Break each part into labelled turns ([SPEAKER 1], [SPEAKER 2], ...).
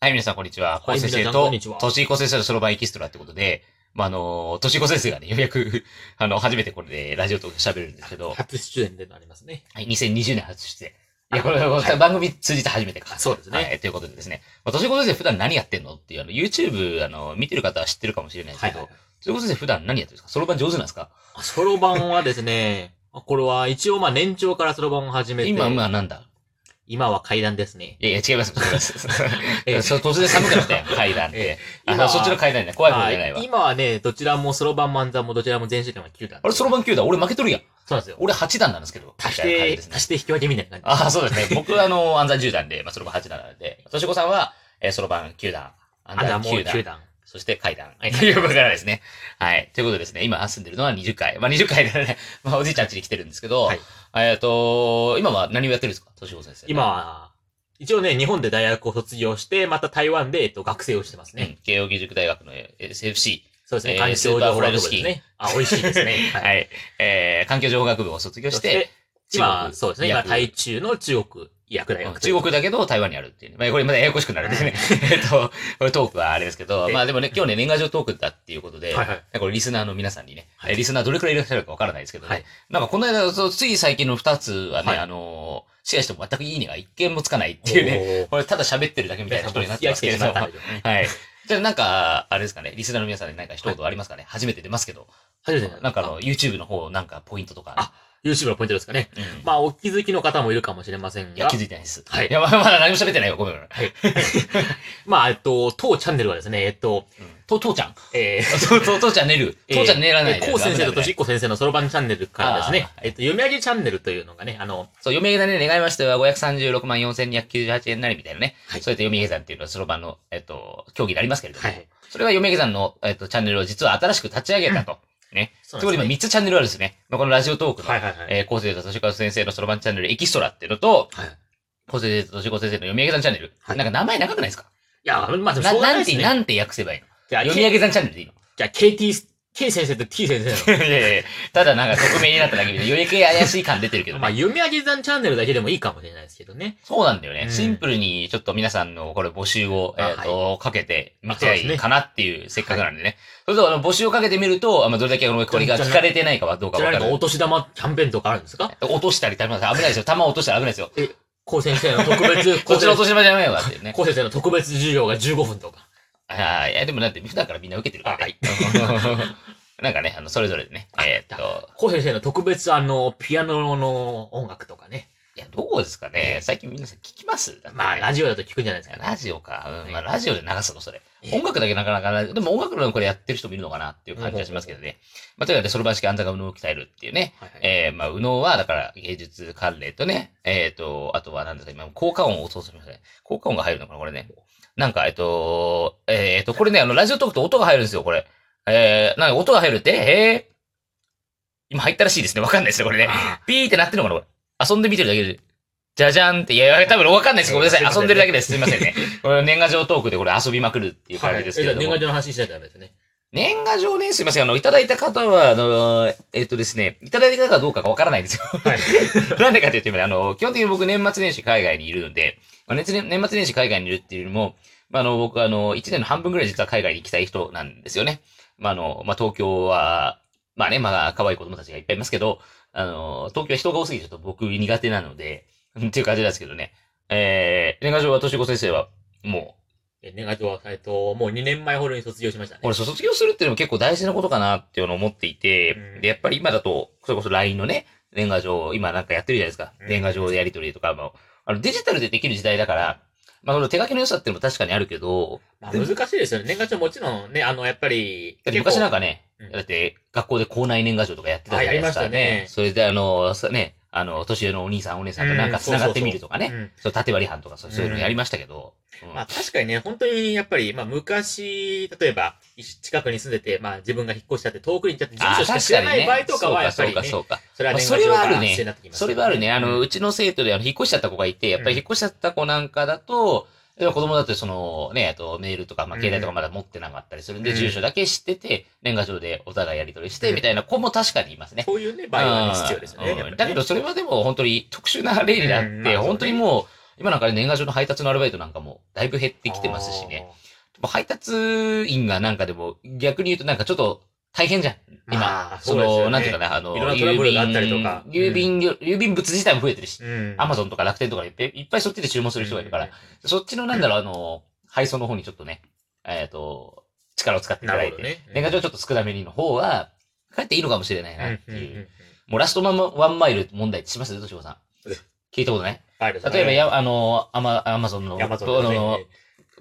[SPEAKER 1] はい、皆さん、こんにちは。
[SPEAKER 2] は
[SPEAKER 1] 高
[SPEAKER 2] い
[SPEAKER 1] 先
[SPEAKER 2] 皆
[SPEAKER 1] 生
[SPEAKER 2] さんことんにちは、
[SPEAKER 1] としいこ先生のソロ版エキストラってことで、まあ、あの、としいこ先生がね、ようやく、あの、初めてこれでラジオと喋るんですけど、
[SPEAKER 2] 初出演でなりますね。
[SPEAKER 1] はい、2020年初出演。いや、これ、
[SPEAKER 2] はい
[SPEAKER 1] 番組通じて初めてか。
[SPEAKER 2] そうですね
[SPEAKER 1] はい、ということでですね。まあ、としいこ先生普段何やってんのっていう、あの、YouTube、あの、見てる方は知ってるかもしれないです
[SPEAKER 2] は
[SPEAKER 1] け
[SPEAKER 2] い
[SPEAKER 1] ど、。としいこ先生普段何やってるんですかソロ版上手なんですか
[SPEAKER 2] ソロ版はですね、これは一応まあ年長からソロ版を始めて、
[SPEAKER 1] 今、まあ、なんだ
[SPEAKER 2] 今は階段ですね。
[SPEAKER 1] いやいや、違います。 違います。
[SPEAKER 2] え
[SPEAKER 1] え、そう突然寒くなった よ、階段って。あ
[SPEAKER 2] 今
[SPEAKER 1] の、
[SPEAKER 2] は
[SPEAKER 1] そっちの階段ね、怖い方じゃないわ
[SPEAKER 2] は。い今はね、どちらもソロ版漫才もどちらも全集団は9段。
[SPEAKER 1] あれ、ソロ版9段、俺負けとるやん。
[SPEAKER 2] そうなんですよ。
[SPEAKER 1] 俺8段なんですけど。
[SPEAKER 2] 足し
[SPEAKER 1] みたいな感じ
[SPEAKER 2] て、
[SPEAKER 1] ですね
[SPEAKER 2] 足して引き分けみたいな感
[SPEAKER 1] ああ、そうですね。僕は、あの、暗算10段で、まあ、そろばん8段なので、としこさんは、えー、そろばん9段、暗
[SPEAKER 2] じ。あ、だ
[SPEAKER 1] 算
[SPEAKER 2] もう
[SPEAKER 1] 9段、
[SPEAKER 2] 9段。
[SPEAKER 1] そして階段、 えということからですね。はい。ということでですね、今住んでるのは20階。まあ、20階でね、 まあ、おじいちゃん家に来てるんですけど、
[SPEAKER 2] はい
[SPEAKER 1] えっと、今は何をやってるんですかとしこ先生。
[SPEAKER 2] 今は、一応ね、日本で大学を卒業して、また台湾で、えっと、学生をしてます
[SPEAKER 1] う
[SPEAKER 2] ね。
[SPEAKER 1] ん、慶応義塾大学のえ SFC。
[SPEAKER 2] そうです
[SPEAKER 1] えー
[SPEAKER 2] ね。環境情報学部です
[SPEAKER 1] スーパーフライド
[SPEAKER 2] ね。あ、美味しいですね。
[SPEAKER 1] はい。えー、環境情報学部を卒業
[SPEAKER 2] そ
[SPEAKER 1] し、
[SPEAKER 2] してて、今
[SPEAKER 1] 中、国
[SPEAKER 2] そうですね。
[SPEAKER 1] 医
[SPEAKER 2] 今、
[SPEAKER 1] 学
[SPEAKER 2] 台中の中国医薬大学という
[SPEAKER 1] 中国だけど台湾にあるっていうね。まあ、これまだややこしくなるんですね。 えっと、これトークはあれですけど、
[SPEAKER 2] え
[SPEAKER 1] まあでもね、今日ね、年賀状トークだっていうことで、
[SPEAKER 2] はいはい。
[SPEAKER 1] なんかこれリスナーの皆さんにね、
[SPEAKER 2] はい
[SPEAKER 1] リスナーどれくらいいらっしゃるかわからないですけどね、
[SPEAKER 2] はい
[SPEAKER 1] なんかこの間、そうつい最近の2つはね、
[SPEAKER 2] はい
[SPEAKER 1] あのーシェアしても全くいいねが一件もつかないっていうね、
[SPEAKER 2] ね。
[SPEAKER 1] これただ喋ってるだけみたいなことになってますけれども、は
[SPEAKER 2] 初
[SPEAKER 1] い。じゃあなんか、あれですかね、リスナーの皆さんに何か一言ありますかね、初めて出ますけど、
[SPEAKER 2] めて
[SPEAKER 1] なんかあの、YouTube の方なんかポイントとか、
[SPEAKER 2] あ YouTube のポイントですかね。
[SPEAKER 1] うん
[SPEAKER 2] まあ、お気づきの方もいるかもしれません
[SPEAKER 1] いや、
[SPEAKER 2] が
[SPEAKER 1] 気、づいてないです。
[SPEAKER 2] はい
[SPEAKER 1] いや、まあまだ何も喋ってないよ、ごめんごめん。
[SPEAKER 2] まあ、えっと、当チャンネルはですね、えっと、
[SPEAKER 1] と、父ちゃん。
[SPEAKER 2] えー
[SPEAKER 1] と、と、父ちゃん寝る。
[SPEAKER 2] えー
[SPEAKER 1] 父ちゃん寝らない
[SPEAKER 2] え
[SPEAKER 1] で。
[SPEAKER 2] ーこう先
[SPEAKER 1] 危ない危
[SPEAKER 2] 生ととし
[SPEAKER 1] ない
[SPEAKER 2] っこ先生のそろばんチャンネルからですね
[SPEAKER 1] あ、ー
[SPEAKER 2] えっと、読み上げチャンネルというのがね、あの、
[SPEAKER 1] そう、読み上げ算ね、願いましては536万4298円なりみたいなね。
[SPEAKER 2] はい
[SPEAKER 1] そうやって読み上げ算っていうのはそろばんの、えっと、競技でありますけれども。
[SPEAKER 2] はい。
[SPEAKER 1] それは読み上げ算の、えっと、チャンネルを実は新しく立ち上げたと。ね。
[SPEAKER 2] そ
[SPEAKER 1] といううことで今
[SPEAKER 2] ね。
[SPEAKER 1] 3つチャンネルあるんですね。まあ、このラジオトークの、
[SPEAKER 2] はいはいはい。
[SPEAKER 1] えー、高生ととしこ先生のそろばんチャンネルエキストラっていうのと、
[SPEAKER 2] はい。い
[SPEAKER 1] 高生ととしこ先生の読み上げ算チャンネル。
[SPEAKER 2] はい
[SPEAKER 1] なんか名前長くないですか
[SPEAKER 2] や、まあ、でも
[SPEAKER 1] な
[SPEAKER 2] しょうが
[SPEAKER 1] な
[SPEAKER 2] ない
[SPEAKER 1] ん
[SPEAKER 2] で
[SPEAKER 1] て、
[SPEAKER 2] す
[SPEAKER 1] な
[SPEAKER 2] ね。
[SPEAKER 1] んて訳せばいいの
[SPEAKER 2] じゃあ、
[SPEAKER 1] 読み上
[SPEAKER 2] K-
[SPEAKER 1] げ算チャンネルで いいの
[SPEAKER 2] じゃあ KT、K 先生と T 先生
[SPEAKER 1] いやいやいやただなんか匿名になっただけで、より怪しい感出てるけど
[SPEAKER 2] の、
[SPEAKER 1] ね。
[SPEAKER 2] まあ、読み上げ算チャンネルだけでもいいかもしれないですけどね。
[SPEAKER 1] そうなんだよね。
[SPEAKER 2] うん
[SPEAKER 1] シンプルにちょっと皆さんのこれ募集を、
[SPEAKER 2] あ
[SPEAKER 1] えっ、と、かけてみたいかなっていう、せっかくなんでね。それとあの募集をかけてみると、あまあどれだけあのこれが聞かれてないかはどうか
[SPEAKER 2] じゃ
[SPEAKER 1] わ
[SPEAKER 2] あ、
[SPEAKER 1] か
[SPEAKER 2] なんかお
[SPEAKER 1] る。
[SPEAKER 2] 年玉キャンペーンとかあるんですか
[SPEAKER 1] 落としたり、危ないですよ。弾落としたら危ないですよ。
[SPEAKER 2] こう先生の特別、
[SPEAKER 1] こっちの落とし場じゃないわっていうね。
[SPEAKER 2] 高先生の特別授業が15分とか。
[SPEAKER 1] あーいや、でもだって普段からみんな受けてるから、ね。 なんかね、あの、それぞれでね。えーっと、
[SPEAKER 2] 高先生の特別あの、ピアノの音楽とかね。
[SPEAKER 1] いや、どうですかね。最近皆さん聞きます
[SPEAKER 2] まあ、ラジオだと聞くんじゃないですかね。
[SPEAKER 1] ラジオか。うん、まあ、ラジオで流すの、それ
[SPEAKER 2] え。え
[SPEAKER 1] 音楽だけなかなか、でも音楽のこれやってる人もいるのかなっていう感じがしますけどね。まあ、というわけで、そろばん式安座が右脳を鍛えるっていうね。
[SPEAKER 2] はいはい
[SPEAKER 1] えー、まあ、右脳は、だから、芸術関連とね、えっ、と、あとは何ですか、今、効果音をそうしましたね。効果音が入るのかな、これね。なんか、えっ、と、えっ、と、これね、あの、ラジオトークと音が入るんですよ、これ。えー、なんか音が入るって、えー、今入ったらしいですね。わかんないですね、これね。
[SPEAKER 2] あ
[SPEAKER 1] ピーってなってるのかな、これ。遊んでみてるだけで。じゃじゃんって。いや、いや多分わかんないです。ごめんなさい。遊んでるだけです。すみませんね。 これ年賀状トークでこれ遊びまくるっていう
[SPEAKER 2] は
[SPEAKER 1] 感
[SPEAKER 2] い
[SPEAKER 1] じですけれ
[SPEAKER 2] え
[SPEAKER 1] ど
[SPEAKER 2] じゃあ年賀
[SPEAKER 1] も。
[SPEAKER 2] 状の話しないとダメですね。
[SPEAKER 1] 年賀状ね、すみません。あの、いただいた方は、あの、えっとですね、いただいた方はどうかがわからないんですよ。
[SPEAKER 2] はい。
[SPEAKER 1] なんでかっていうと、今あの、基本的に僕年末年始海外にいるので、まあ、年末年年末年始海外にいるっていうよりも、まあ、あの、僕はあの、1年の半分ぐらい実は海外に行きたい人なんですよね。まあ、あの、まあ、東京は、まあね、まあ、可愛い子供たちがいっぱいいますけど、あの、東京は人が多すぎてちょっと僕苦手なので、うんっていう感じなんですけどね。えー、年賀状は年子先生は、も
[SPEAKER 2] え年賀状は、えっと、もう2年前ほどに卒業しましたね
[SPEAKER 1] う、。俺卒業するっていうのも結構大事なことかなっていうのを思っていて
[SPEAKER 2] う、ん
[SPEAKER 1] で、やっぱり今だと、それこそ LINE のね、年賀状、今なんかやってるじゃないですか
[SPEAKER 2] う。ん
[SPEAKER 1] 年賀状でやり取りとかも、あの、デジタルでできる時代だから、まあ、その手書きの良さっていうのも確かにあるけど、
[SPEAKER 2] まあ、難しいですよね。年賀状もちろんね、あの、やっぱり、
[SPEAKER 1] だって昔なん
[SPEAKER 2] か、
[SPEAKER 1] かね、
[SPEAKER 2] 結構うん
[SPEAKER 1] だって学校で校内年賀状とかやってたじゃないですか、ね。
[SPEAKER 2] あやりましたね
[SPEAKER 1] それであの、さね、あの、年上のお兄さんお姉さんとなんか繋がってみるとかね。
[SPEAKER 2] うん
[SPEAKER 1] そう、縦割り班とかそうそういうのやりましたけど。うん
[SPEAKER 2] まあ確かにね、本当にやっぱり、まあ昔、例えば、い近くに住んでて、まあ自分が引っ越しちゃって遠くに行っちゃって、住所しか知らない場合とかは、やっぱりね、
[SPEAKER 1] そうか、そうか、そうか。まあそ
[SPEAKER 2] それは年賀
[SPEAKER 1] れ
[SPEAKER 2] 状
[SPEAKER 1] はある
[SPEAKER 2] が
[SPEAKER 1] ね
[SPEAKER 2] 必要になってきます
[SPEAKER 1] そ
[SPEAKER 2] よ
[SPEAKER 1] れ
[SPEAKER 2] ね、
[SPEAKER 1] はあるね。あの、
[SPEAKER 2] う
[SPEAKER 1] うんちの生徒で、あの、引っ越しちゃった子がいて、やっぱり
[SPEAKER 2] うん
[SPEAKER 1] 引っ越しちゃった子なんかだと、やっぱ子供だとその、ね、あとメールとか、まあ、
[SPEAKER 2] うん
[SPEAKER 1] 携帯とかまだ持ってなかったりするんで、
[SPEAKER 2] うん
[SPEAKER 1] 住所だけ知ってて、年賀状でお互いやり取りして、
[SPEAKER 2] うん
[SPEAKER 1] みたいな子も確かにいますね。
[SPEAKER 2] そういうね、場合はね、必要ですよね。
[SPEAKER 1] うん
[SPEAKER 2] やっぱりね
[SPEAKER 1] だけど、それはでも本当に特殊な例になって、
[SPEAKER 2] うんまあ
[SPEAKER 1] 本当にもう、今なんかね年賀状の配達のアルバイトなんかもだいぶ減ってきてますしね。。でも配達員がなんかでも、逆に言うとなんかちょっと大変じゃん。今、
[SPEAKER 2] まあ
[SPEAKER 1] そ
[SPEAKER 2] そうですよ
[SPEAKER 1] の、
[SPEAKER 2] ね
[SPEAKER 1] なんていうかな、あの、
[SPEAKER 2] いろんなトラブルがあったりとか
[SPEAKER 1] 郵便、郵便業、郵便物自体も増えてるし、
[SPEAKER 2] うん。
[SPEAKER 1] アマゾンとか楽天とかいっぱいいっぱいそっちで注文する人がいるから、そっちのなんだろう、あの、配送の方にちょっとね、えっ、と、力を使っていただ
[SPEAKER 2] なる
[SPEAKER 1] い
[SPEAKER 2] ほ
[SPEAKER 1] て、
[SPEAKER 2] どね。
[SPEAKER 1] 年賀状ちょっと少なめにの方は、かえっていいのかもしれないなって
[SPEAKER 2] うんうん
[SPEAKER 1] いうう。
[SPEAKER 2] ん
[SPEAKER 1] もうラストマンワンマイル問題しますとしこさん
[SPEAKER 2] え。
[SPEAKER 1] 聞いたことない
[SPEAKER 2] あるですね
[SPEAKER 1] 例えば、や、あの、アマ、アマゾンの、
[SPEAKER 2] ヤマゾン
[SPEAKER 1] あ
[SPEAKER 2] とかね
[SPEAKER 1] の、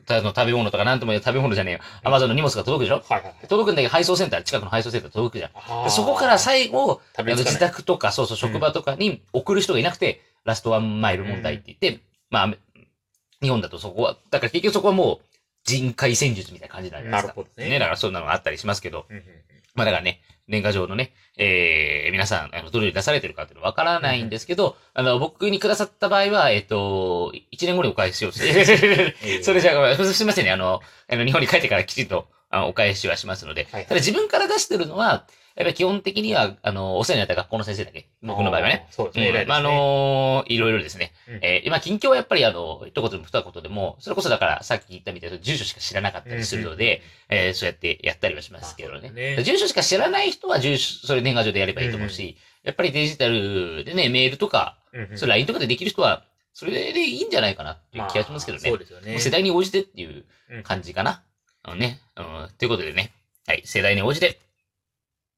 [SPEAKER 1] あの食べ物とかなんとも言う食べ物じゃねえよ。アマゾンの荷物が届くでしょ
[SPEAKER 2] はいはい
[SPEAKER 1] 届くんだけど配送センター、近くの配送センター届くじゃん。
[SPEAKER 2] は
[SPEAKER 1] で
[SPEAKER 2] い。
[SPEAKER 1] そこから最後、
[SPEAKER 2] 食
[SPEAKER 1] あの
[SPEAKER 2] べつか
[SPEAKER 1] 自
[SPEAKER 2] ない、
[SPEAKER 1] 宅とか、そうそう、職場とかに送る人がいなくて、ラストワンマイル問題って言って、まあ、日本だとそこは、だから結局そこはもう人海戦術みたいな感じになるじゃない
[SPEAKER 2] な
[SPEAKER 1] で
[SPEAKER 2] る
[SPEAKER 1] すか。
[SPEAKER 2] ほどね。
[SPEAKER 1] ね、だからそんなのがあったりしますけど、
[SPEAKER 2] うんうんうん
[SPEAKER 1] まあだからね、年賀状のね、えー、皆さん、あの、どれで出されてるかっていうのわからないんですけど、あの、僕にくださった場合は、えっ、と、1年後にお返しを して、
[SPEAKER 2] ええ
[SPEAKER 1] それじゃあごめん、すみませんね、あの、あの日本に帰ってからきちんとあのお返しはしますので、
[SPEAKER 2] はいはい
[SPEAKER 1] ただ自分から出してるのは、やっぱり基本的には、あの、お世話になった学校の先生だけ、僕の場合はね。。
[SPEAKER 2] そうです
[SPEAKER 1] うん
[SPEAKER 2] ね。偉いですね
[SPEAKER 1] まあ、あ、のーいろいろですね。
[SPEAKER 2] うん
[SPEAKER 1] えー今、近況はやっぱり、あの、一言でも二言でも、それこそだから、さっき言ったみたいな、住所しか知らなかったりするので、えーそうやってやったりはしますけど
[SPEAKER 2] まあ
[SPEAKER 1] ね。
[SPEAKER 2] そうだね
[SPEAKER 1] 住所しか知らない人は、住所、それ年賀状でやればいいと思うし、
[SPEAKER 2] う
[SPEAKER 1] やっぱりデジタルでね、メールとか、
[SPEAKER 2] うんうん
[SPEAKER 1] それ LINE とかでできる人は、それでいいんじゃないかなっていう気がしますけどね。
[SPEAKER 2] そうですよね。
[SPEAKER 1] 世代に応じてっていう
[SPEAKER 2] うん
[SPEAKER 1] 感じかな。あのね。うん。ということでね。はい。世代に応じて。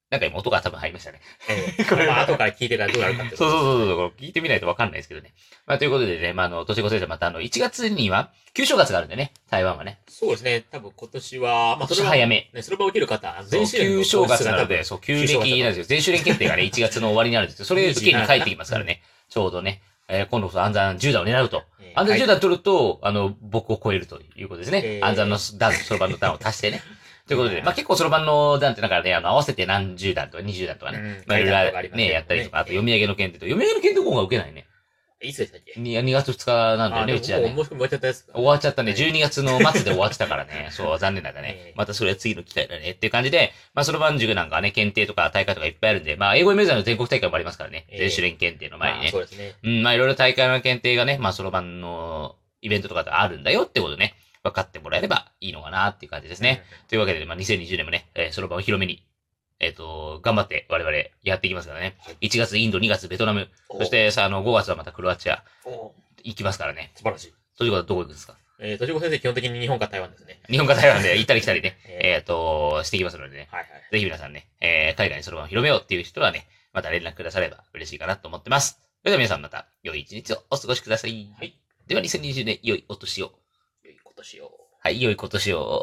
[SPEAKER 1] なんか今音が多分入りましたね。
[SPEAKER 2] ええ
[SPEAKER 1] これ
[SPEAKER 2] まあ、後から聞いてからどうなるかって
[SPEAKER 1] そう
[SPEAKER 2] う。
[SPEAKER 1] そうそうそう。これ聞いてみないとわかんないですけどね。まあということでね、まああの、年越せでまたあの、1月には旧正月があるんでね。台湾はね。
[SPEAKER 2] そうですね。多分今年は、まあ、
[SPEAKER 1] 今
[SPEAKER 2] それ
[SPEAKER 1] 年
[SPEAKER 2] は、
[SPEAKER 1] 早め。
[SPEAKER 2] ね、その場を受ける方、あ
[SPEAKER 1] そ
[SPEAKER 2] の
[SPEAKER 1] う
[SPEAKER 2] 全種類
[SPEAKER 1] 旧正月なの
[SPEAKER 2] 多分
[SPEAKER 1] で、そう、旧暦なんですよ。全種連決定がね、1月の終わりになるんですけど、それ受けに帰ってきますからね。 ちょうどね。えー今度こそ暗算10段を狙うと。
[SPEAKER 2] ええ
[SPEAKER 1] 暗算10
[SPEAKER 2] はい
[SPEAKER 1] 段取ると、あの、僕を超えるということですね
[SPEAKER 2] え。ー
[SPEAKER 1] 暗算の段、そろばんの段を足してね。 ということで、
[SPEAKER 2] うん
[SPEAKER 1] まあ結構そろばんの段ってなんかね、あの、合わせて何十段とか二十段とかね。
[SPEAKER 2] うん
[SPEAKER 1] まあいろい
[SPEAKER 2] 階段とかあ
[SPEAKER 1] ろ
[SPEAKER 2] りますけど
[SPEAKER 1] ね、
[SPEAKER 2] ね
[SPEAKER 1] やったりとか、あと読み上げの検定と、読み上げの検定の方が受けないね。
[SPEAKER 2] いつでしたっけ
[SPEAKER 1] に 2, 月2日なんだよ
[SPEAKER 2] あ
[SPEAKER 1] ね、
[SPEAKER 2] で
[SPEAKER 1] う
[SPEAKER 2] も
[SPEAKER 1] ちはね
[SPEAKER 2] も。う、もうもうちょっとやつ。
[SPEAKER 1] 終わっちゃったね。
[SPEAKER 2] はい
[SPEAKER 1] 12月の末で終わってたから ね。そう、残念だったね
[SPEAKER 2] ええ。
[SPEAKER 1] またそれは次の機会だね。っていう感じで、まあ、そろばん塾なんかはね、検定とか大会とかいっぱいあるんで、まあ、英語イメージの全国大会もありますからね。
[SPEAKER 2] ええ
[SPEAKER 1] 全種連検定の前に
[SPEAKER 2] まあ
[SPEAKER 1] ね
[SPEAKER 2] そ。うですね。
[SPEAKER 1] うん、まあ、いろいろ大会の検定がね、まあ、そろばんのイベントとかであるんだよってことね、分かってもらえればいいのかなっていう感じですね。というわけで、まあ、2020年もね、えーそろばんを広めに、えっ、と、頑張って我々やっていきますからね。1月インド、2月ベトナム、
[SPEAKER 2] うん。
[SPEAKER 1] そしてさ、あの、5月はまたクロアチア
[SPEAKER 2] お、お
[SPEAKER 1] 行きますからね。
[SPEAKER 2] 素晴らしい。
[SPEAKER 1] そういうことはどこ行くんですか
[SPEAKER 2] えー、とちこ先生、基本的に日本か台湾ですね。、
[SPEAKER 1] 日本か台湾で行ったり来たりね
[SPEAKER 2] ええ
[SPEAKER 1] えっ、と、していきますのでね。
[SPEAKER 2] はいはい。
[SPEAKER 1] ぜひ皆さんね、えー海外にそろばんを広めようっていう人はね、また連絡くだされば嬉しいかなと思ってます。それでは皆さんまた良い一日をお過ごしください。
[SPEAKER 2] はい
[SPEAKER 1] では2020年良いお年を。
[SPEAKER 2] 良い今年を。
[SPEAKER 1] はい、良い今年を。